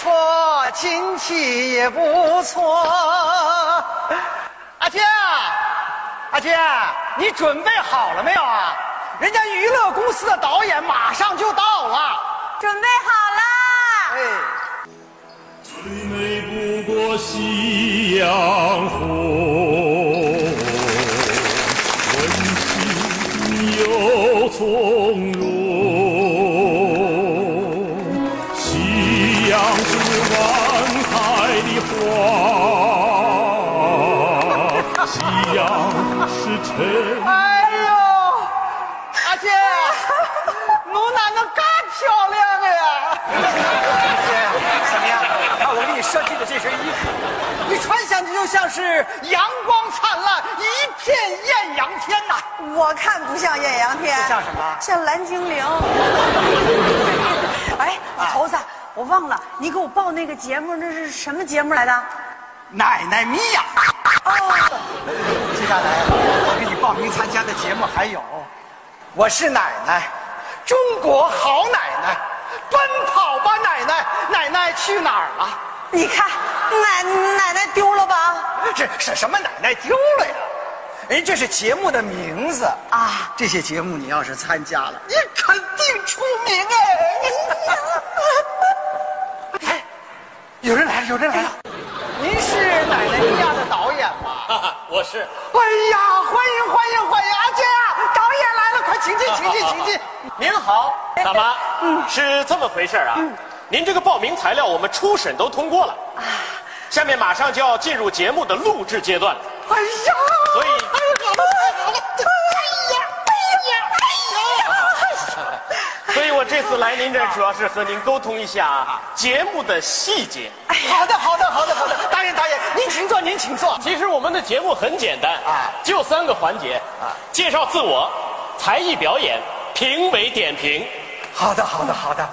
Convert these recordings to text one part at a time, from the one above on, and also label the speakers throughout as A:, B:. A: 错，亲戚也不错。阿娟啊，阿娟，你准备好了没有啊？人家娱乐公司的导演马上就到了。
B: 准备好啦！
A: 哎，
C: 最美不过夕阳红，温馨又从容。夕阳是晚开的花，夕阳是晨。
A: 哎呦，阿 娟，侬哪能噶漂亮的呀？
D: 怎么样？看我给你设计的这身衣服，
A: 你穿上去就像是阳光灿烂，一片艳阳天呐、
B: 我看不像艳阳天，
D: 像什么
B: 像蓝精灵。哎，老头子，我忘了，你给我报那个节目，那是什么节目来的？
D: 奶奶咪呀！
A: 哦
D: 接下来我给你报名参加的节目还有，
A: 我是奶奶，中国好奶奶，奔跑吧奶奶，奶奶去哪儿了？
B: 你看，奶奶奶丢了吧？
A: 这是什么奶奶丢了呀？人这是节目的名字
B: 啊
A: 啊！这些节目你要是参加了，你肯定出名
B: 啊
A: 哎！哎，有人来了，有人来了！您是奶奶咪呀的导演吗？
D: 我是
A: 哎呀，欢迎欢迎欢迎！阿娟啊，导演来了，快请进，请进，请进！
D: 您好，
E: 大妈，是这么回事儿啊。您这个报名材料我们初审都通过了，下面马上就要进入节目的录制阶段了。
A: 哎呀，
E: 所以
A: 哎呀，好了好了，哎呀，哎呀，哎呀！
E: 所以我这次来您这儿主要是和您沟通一下啊节目的细节。
A: 哎好的，好的，好的，好的，导演，导演，您请坐，您请坐。
E: 其实我们的节目很简单
A: 啊
E: 啊，就三个环节介绍自我、才艺表演、评委点评。
A: 好的，好的，好的。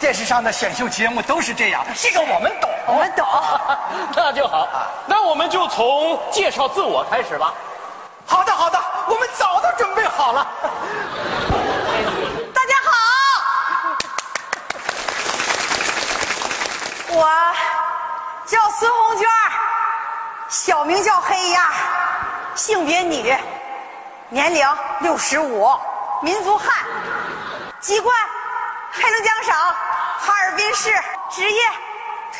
A: 电视上的选秀节目都是这样，这个我们懂。
B: 我们懂。
E: 那就好，那我们就从介绍自我开始吧。
A: 好的，好的，我们早都准备好了。
B: 大家好，我叫孙红娟儿，小名叫黑鸭，性别女，年龄六十五，民族汉，籍贯黑龙江省哈尔滨市，职业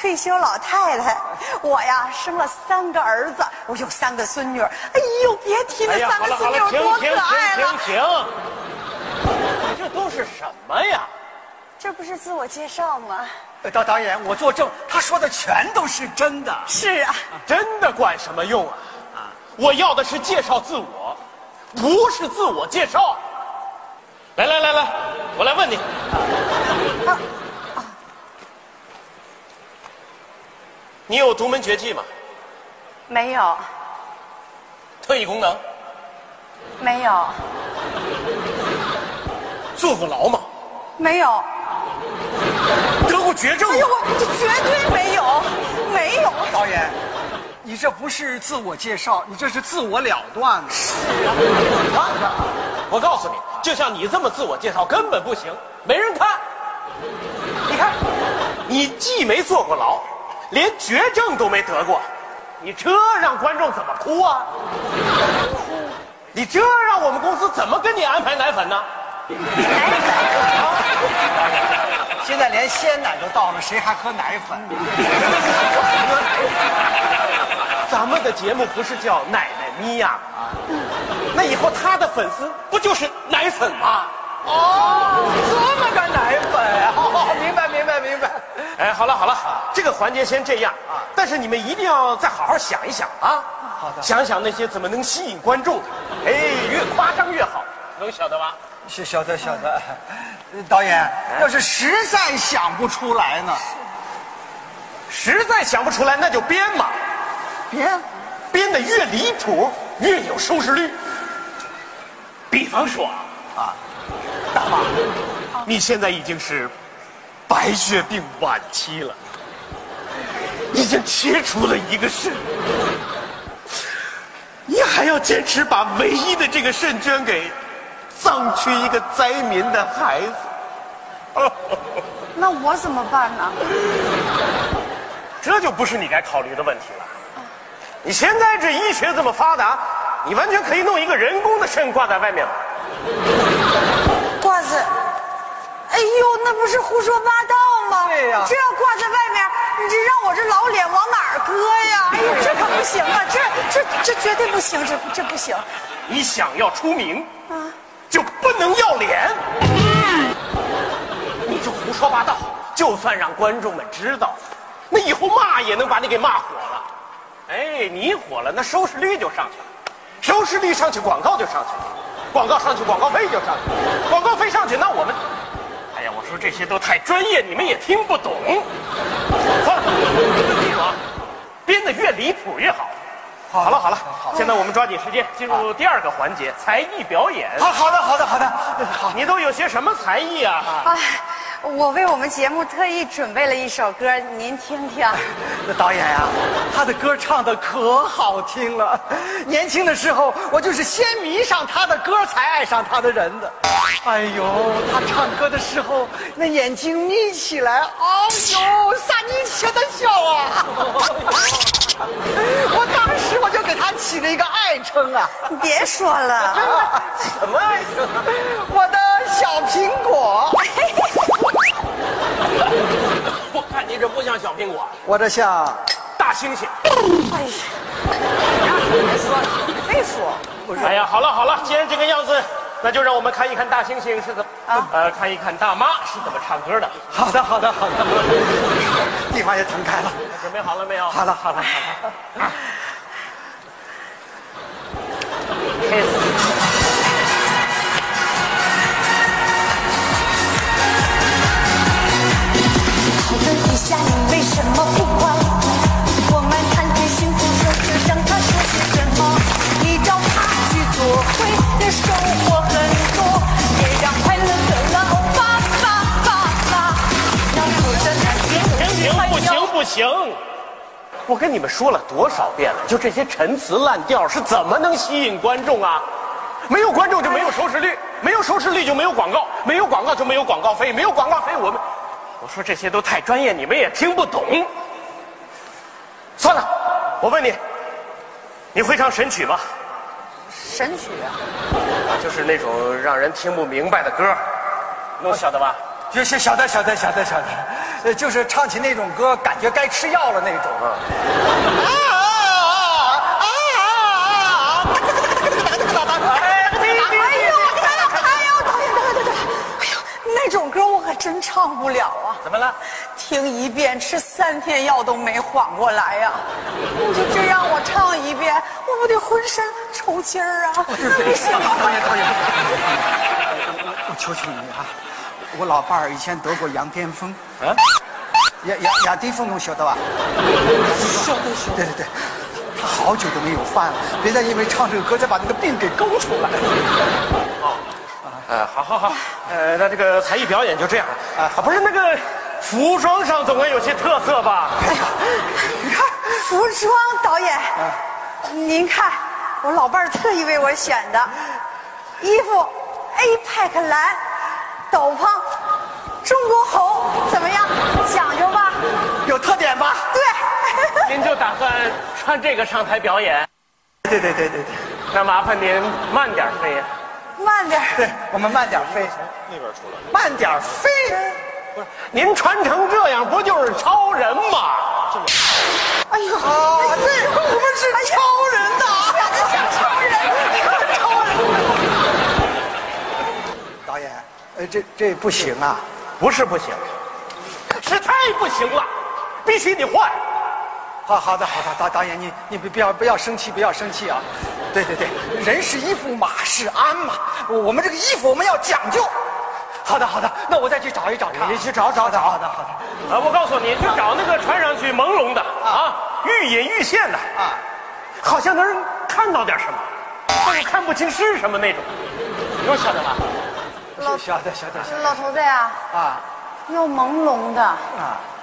B: 退休老太太。我呀，生了三个儿子，我有三个孙女儿。哎呦，别提那三
E: 好
B: 个
E: 了
B: 孙
E: 好
B: 女儿
E: 了，停
B: 多
E: 停
B: 可爱了
E: 停。停停！你这都是什么呀？
B: 这不是自我介绍吗？
A: 呃导导演，我作证，他说的全都是真的。
B: 是啊，
E: 真的管什么用啊？啊！我要的是介绍自我，不是自我介绍。来来来来，我来问你，你有独门绝技吗？
B: 没有，
E: 特异功能？
B: 没有，
E: 坐过牢吗？
B: 没有。
E: 得过绝症
B: 哎呦，我这绝对没有，没有。
A: 导演，你这不是自我介绍，你这是自我了断。啊
E: 我告诉你，就像你这么自我介绍根本不行，没人看。你看，你既没坐过牢，连绝症都没得过，你这让观众怎么哭啊？你这让我们公司怎么给你安排奶粉呢？
A: 现在连鲜奶都到了，谁还喝奶粉？
E: 咱们的节目不是叫奶奶咪呀啊？那以后他的粉丝不就是奶粉吗？
A: 哦，这么个奶粉啊！哦，明白，明白，明白。
E: 哎，好了好了，这个环节先这样啊，但是你们一定要再好好想一想啊，
A: 好的
E: 想想那些怎么能吸引观众的，哎，越夸张越好，能晓得吧？
A: 是晓得晓得，呃导演，要是实在想不出来呢，
E: 实在想不出来，那就编嘛，
A: 别
E: 编的越离谱越有收视率。比方说啊，大妈，你现在已经是白血病晚期了，已经切除了一个肾，你还要坚持把唯一的这个肾捐给藏区一个灾民的孩子。
B: 那我怎么办呢？
E: 这就不是你该考虑的问题了。你现在这医学这么发达，你完全可以弄一个人工的肾挂在外面了。
B: 挂子，哎呦，那不是胡说八道吗？
A: 对呀
B: 这要挂在外面，你这让我这老脸往哪儿搁呀？哎呦，这可不行啊！这这这绝对不行，这这不行。
E: 你想要出名，就不能要脸。你就胡说八道，就算让观众们知道，那以后骂也能把你给骂火了。哎，你一火了，那收视率就上去了，收视率上去，广告就上去了，广告上去，广告费就上去了，广告费上去，那我们，哎呀，我说这些都太专业，你们也听不懂。 算了，我编的越离谱越好。好了好了，现在我们抓紧时间进入第二个环节，才艺表演。
A: 好好的，好的，好的，好。
E: 你都有些什么才艺啊？
B: 哎，我为我们节目特意准备了一首歌，您听听。
A: 那导演呀、他的歌唱的可好听了。年轻的时候，我就是先迷上他的歌，才爱上他的人的。哎呦，他唱歌的时候，那眼睛眯起来，哎呦，撒尼切的笑啊！ 我当时我就给他起了一个爱称啊，
B: 你别说了，
E: 什么爱情啊？
A: 我的小苹果，
E: 我看你这不像小苹果，
A: 我的小。
E: 大猩猩。
B: 哎呀，别说了，你非说。
E: 哎呀，好了好了，既然这个样子，那就让我们看一看大猩猩是怎么，呃，看一看大妈是怎么唱歌的。
A: 好的，好的，好的。 地方也腾开了。
E: 准备好了没有？
A: 好了，好了，好了。
E: 开始。
F: 讨论一下你为什么不快？我们谈谈幸福哲学，让他说些什么？你找他去做会，也收获很多，也让快乐得到爸爸爸爸。当我的男
E: 行
F: 人
E: 行，不行不行。我跟你们说了多少遍了，就这些陈词滥调是怎么能吸引观众啊？没有观众就没有收视率，没有收视率就没有广告，没有广告就没有广告费，没有广告费我们，我说这些都太专业，你们也听不懂。算了，我问你，你会唱神曲吗？
B: 神曲啊，
E: 啊，就是那种让人听不明白的歌，能晓得吧？
A: 就是晓得，晓得，晓得，晓得。呃，就是唱起那种歌，感觉该吃药了那种。
D: 嗯
B: 哎呦，哎呦，哎呦，导演，导演，导演，哎呦，那种歌我可真唱不了啊！
E: 怎么了？
B: 听一遍，吃三天药都没缓过来呀、你就这让我唱一遍，我不得浑身抽筋儿啊！那 不行啊！
D: 导演，导演，我求求你啊！我老伴儿以前得过羊癫疯， 啊，亚亚亚癫疯，侬晓得吧？晓得晓得。对对对，他好久都没有饭了，别再因为唱这个歌再把那个病给勾出来。
E: 呃，好好好，呃，那这个才艺表演就这样了啊，不是那个服装上总该有些特色吧？
B: 服装导演，您看，我老伴儿特意为我选的衣服，A 派克蓝，斗篷，中国红，怎么样？讲究吧？
A: 有特点吧？
B: 对。
E: 您就打算穿这个上台表演？
A: 对对对对对，
E: 那麻烦您慢点飞。
B: 慢点儿，
A: 对我们慢点飞。那边出来。慢点飞。
E: 您穿成这样，不就是超人吗？
B: 哎呦，
A: 哦
B: 啊，对，我们是超人呐！长得像超人，你可是超人。
D: 导演，呃，这这不行啊！
E: 不是不行，是太不行了，必须得换。
D: 好好的好的，导导演你你不不要不要生气不要生气啊！对对对，人是衣服，马是鞍嘛，我我们这个衣服我们要讲究。好的好的，那我再去找一找看啊。
E: 你去找找找
D: 好的好的。
E: 啊，我告诉你，去找那个穿上去朦胧的啊，欲隐欲现的啊，好像能看到点什么，但是看不清是什么那种，能晓得吧？
B: 老
D: 晓得晓得晓
B: 老头子呀，
D: 得啊！
B: 要朦胧的，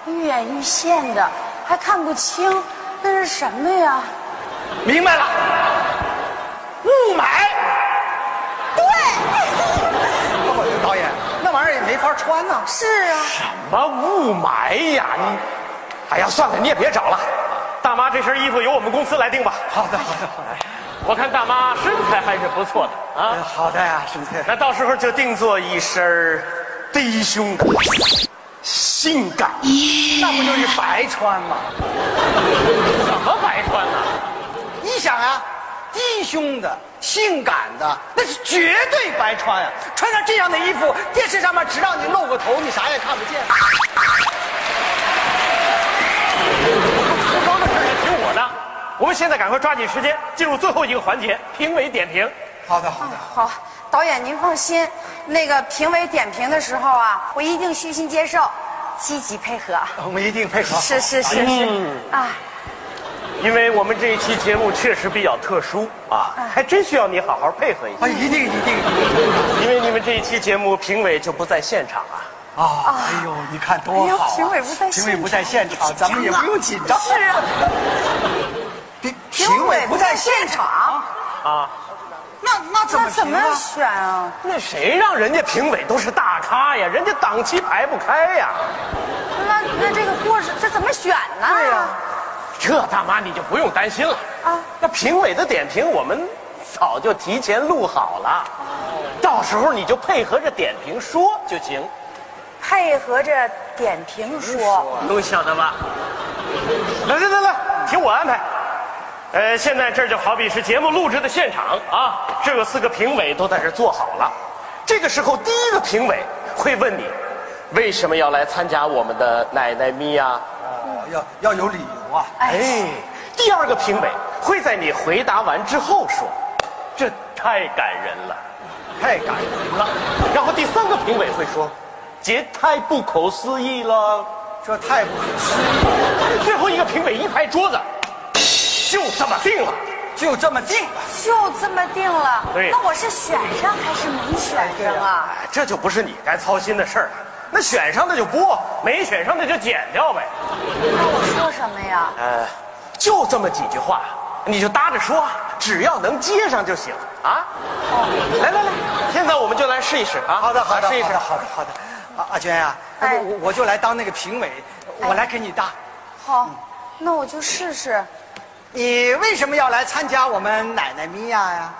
B: 欲远欲现的，还看不清，那是什么呀？
E: 明白了，雾霾。
B: 对，
D: 哦导演，那玩意儿也没没法穿呢、
B: 是啊，
E: 什么雾霾呀！你，哎呀，算了，你也别找了。大妈这身衣服由我们公司来定吧。
D: 好的，好的，好的，
E: 我看大妈身材还是不错的啊，
D: 嗯好的呀、沈翠。
E: 那到时候就定做一身儿低胸的，性感，
A: 那不就是白穿吗？
E: 怎么白穿呢？
A: 你想啊，低胸的、性感的，那是绝对白穿
D: 啊
A: 呀、穿上这样的衣服，电视上面只让你露个头，你啥也看不见。
E: 服装的事儿也听我的。我们现在赶快抓紧时间进入最后一个环节——评委点评。
D: 好的，好的。
B: 嗯好，导演您放心，那个评委点评的时候啊，我一定虚心接受，积极配合。啊
A: 我们一定配合。
B: 是是是是，啊，
E: 因为我们这一期节目确实比较特殊啊，还真需要你好好配合一下。
D: 啊，一定，一定。
E: 因为你们这一期节目评委就不在现场啊。
D: 啊，哎呦，你看多
B: 哎呦
D: 好、啊！
B: 评委不在
D: 评委
B: 现
D: 不在现场，咱们也不用紧张。
B: 是啊，
D: 评
B: 评
D: 评委
B: 委
D: 不
B: 不
D: 在
B: 在
D: 现
B: 现场，
E: 啊，
D: 那那怎么
B: 那怎
D: 评
B: 么
D: 啊？
B: 选啊？
E: 那谁让人家评委都是大咖呀？人家档期排不开呀。
B: 那那这个过程这怎么选呢？对呀，
E: 这大妈你就不用担心了啊
B: 啊。
E: 那评委的点评我们早就提前录好了，到时候你就配合着点评说就行。
B: 配合着点评说，
E: 能想到吗？来来来来，听我安排。呃，现在这儿就好比是节目录制的现场啊，这有四个评委都在这儿坐好了。这个时候，第一个评委会问你，为什么要来参加我们的奶奶咪啊呀、
D: 哦，要要有理由啊！
E: 哎，第二个评委会在你回答完之后说，这太感人了，太感人了。然后第三个评委会说，这太不可思议了。
D: 这太不可思议，
E: 最后一个评委一拍桌子，就这么定了。
D: 就这么定了。
B: 就这么定了。
E: 对
B: 那我是选上还是没选上啊？
E: 哎，这就不是你该操心的事儿了。那选上的就播，没选上的就剪掉呗。
B: 那我说什么呀？
E: 呃，就这么几句话，你就搭着说，只要能接上就行啊。哦，来来来，现在我们就来试一试啊。
D: 好的，好的，
E: 试一
D: 好
E: 试
D: 的，。好的，好的。啊，阿娟呀、啊，
B: 哎
D: 我我我就来当那个评委，我来给你搭。
B: 好，那我就试试。
D: 你为什么要来参加我们奶奶咪呀呀？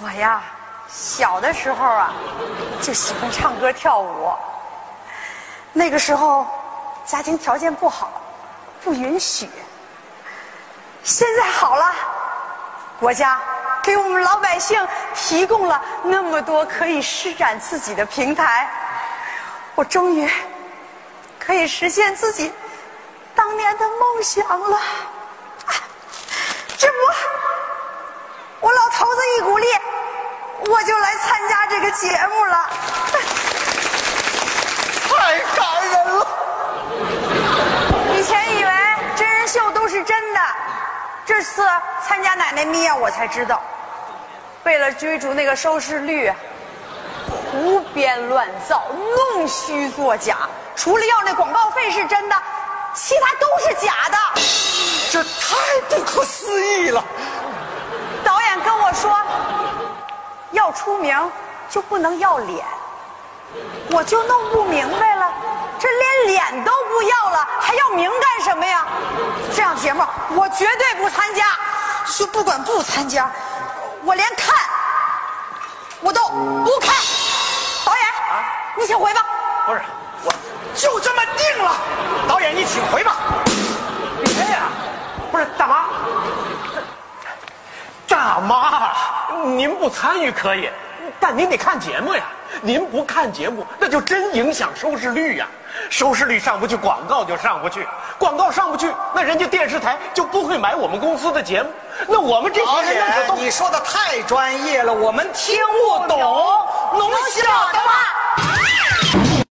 B: 我呀，小的时候啊，就喜欢唱歌跳舞。那个时候，家庭条件不好，不允许。现在好了，国家给我们老百姓提供了那么多可以施展自己的平台，我终于可以实现自己当年的梦想了。啊这不，我老头子一鼓励，我就来参加这个节目了。
D: 太感人了！
B: 以前以为真人秀都是真的，这次参加奶奶咪呀，我才知道，为了追逐那个收视率，啊胡编乱造，弄虚作假。除了要那广告费是真的，其他都是假的。
D: 这太不可思议了！
B: 导演跟我说，要出名就不能要脸，我就弄不明白了，这连脸都不要了，还要名干什么呀？这样节目我绝对不参加，就不管不参加，我连看我都不看。导演，你请回吧。
E: 不是，我
D: 啊就这么定了。导演，你请回吧。
E: 别哎呀、不是大妈，大妈，您不参与可以，但您得看节目呀。您不看节目，那就真影响收视率呀。收视率上不去，广告就上不去，广告上不去，那人家电视台就不会买我们公司的节目。那我们这
D: 导
E: 些人那就
D: 演，
E: 都
D: 你说的太专业了，我们听不懂，
B: 懂
D: 侬晓得吗？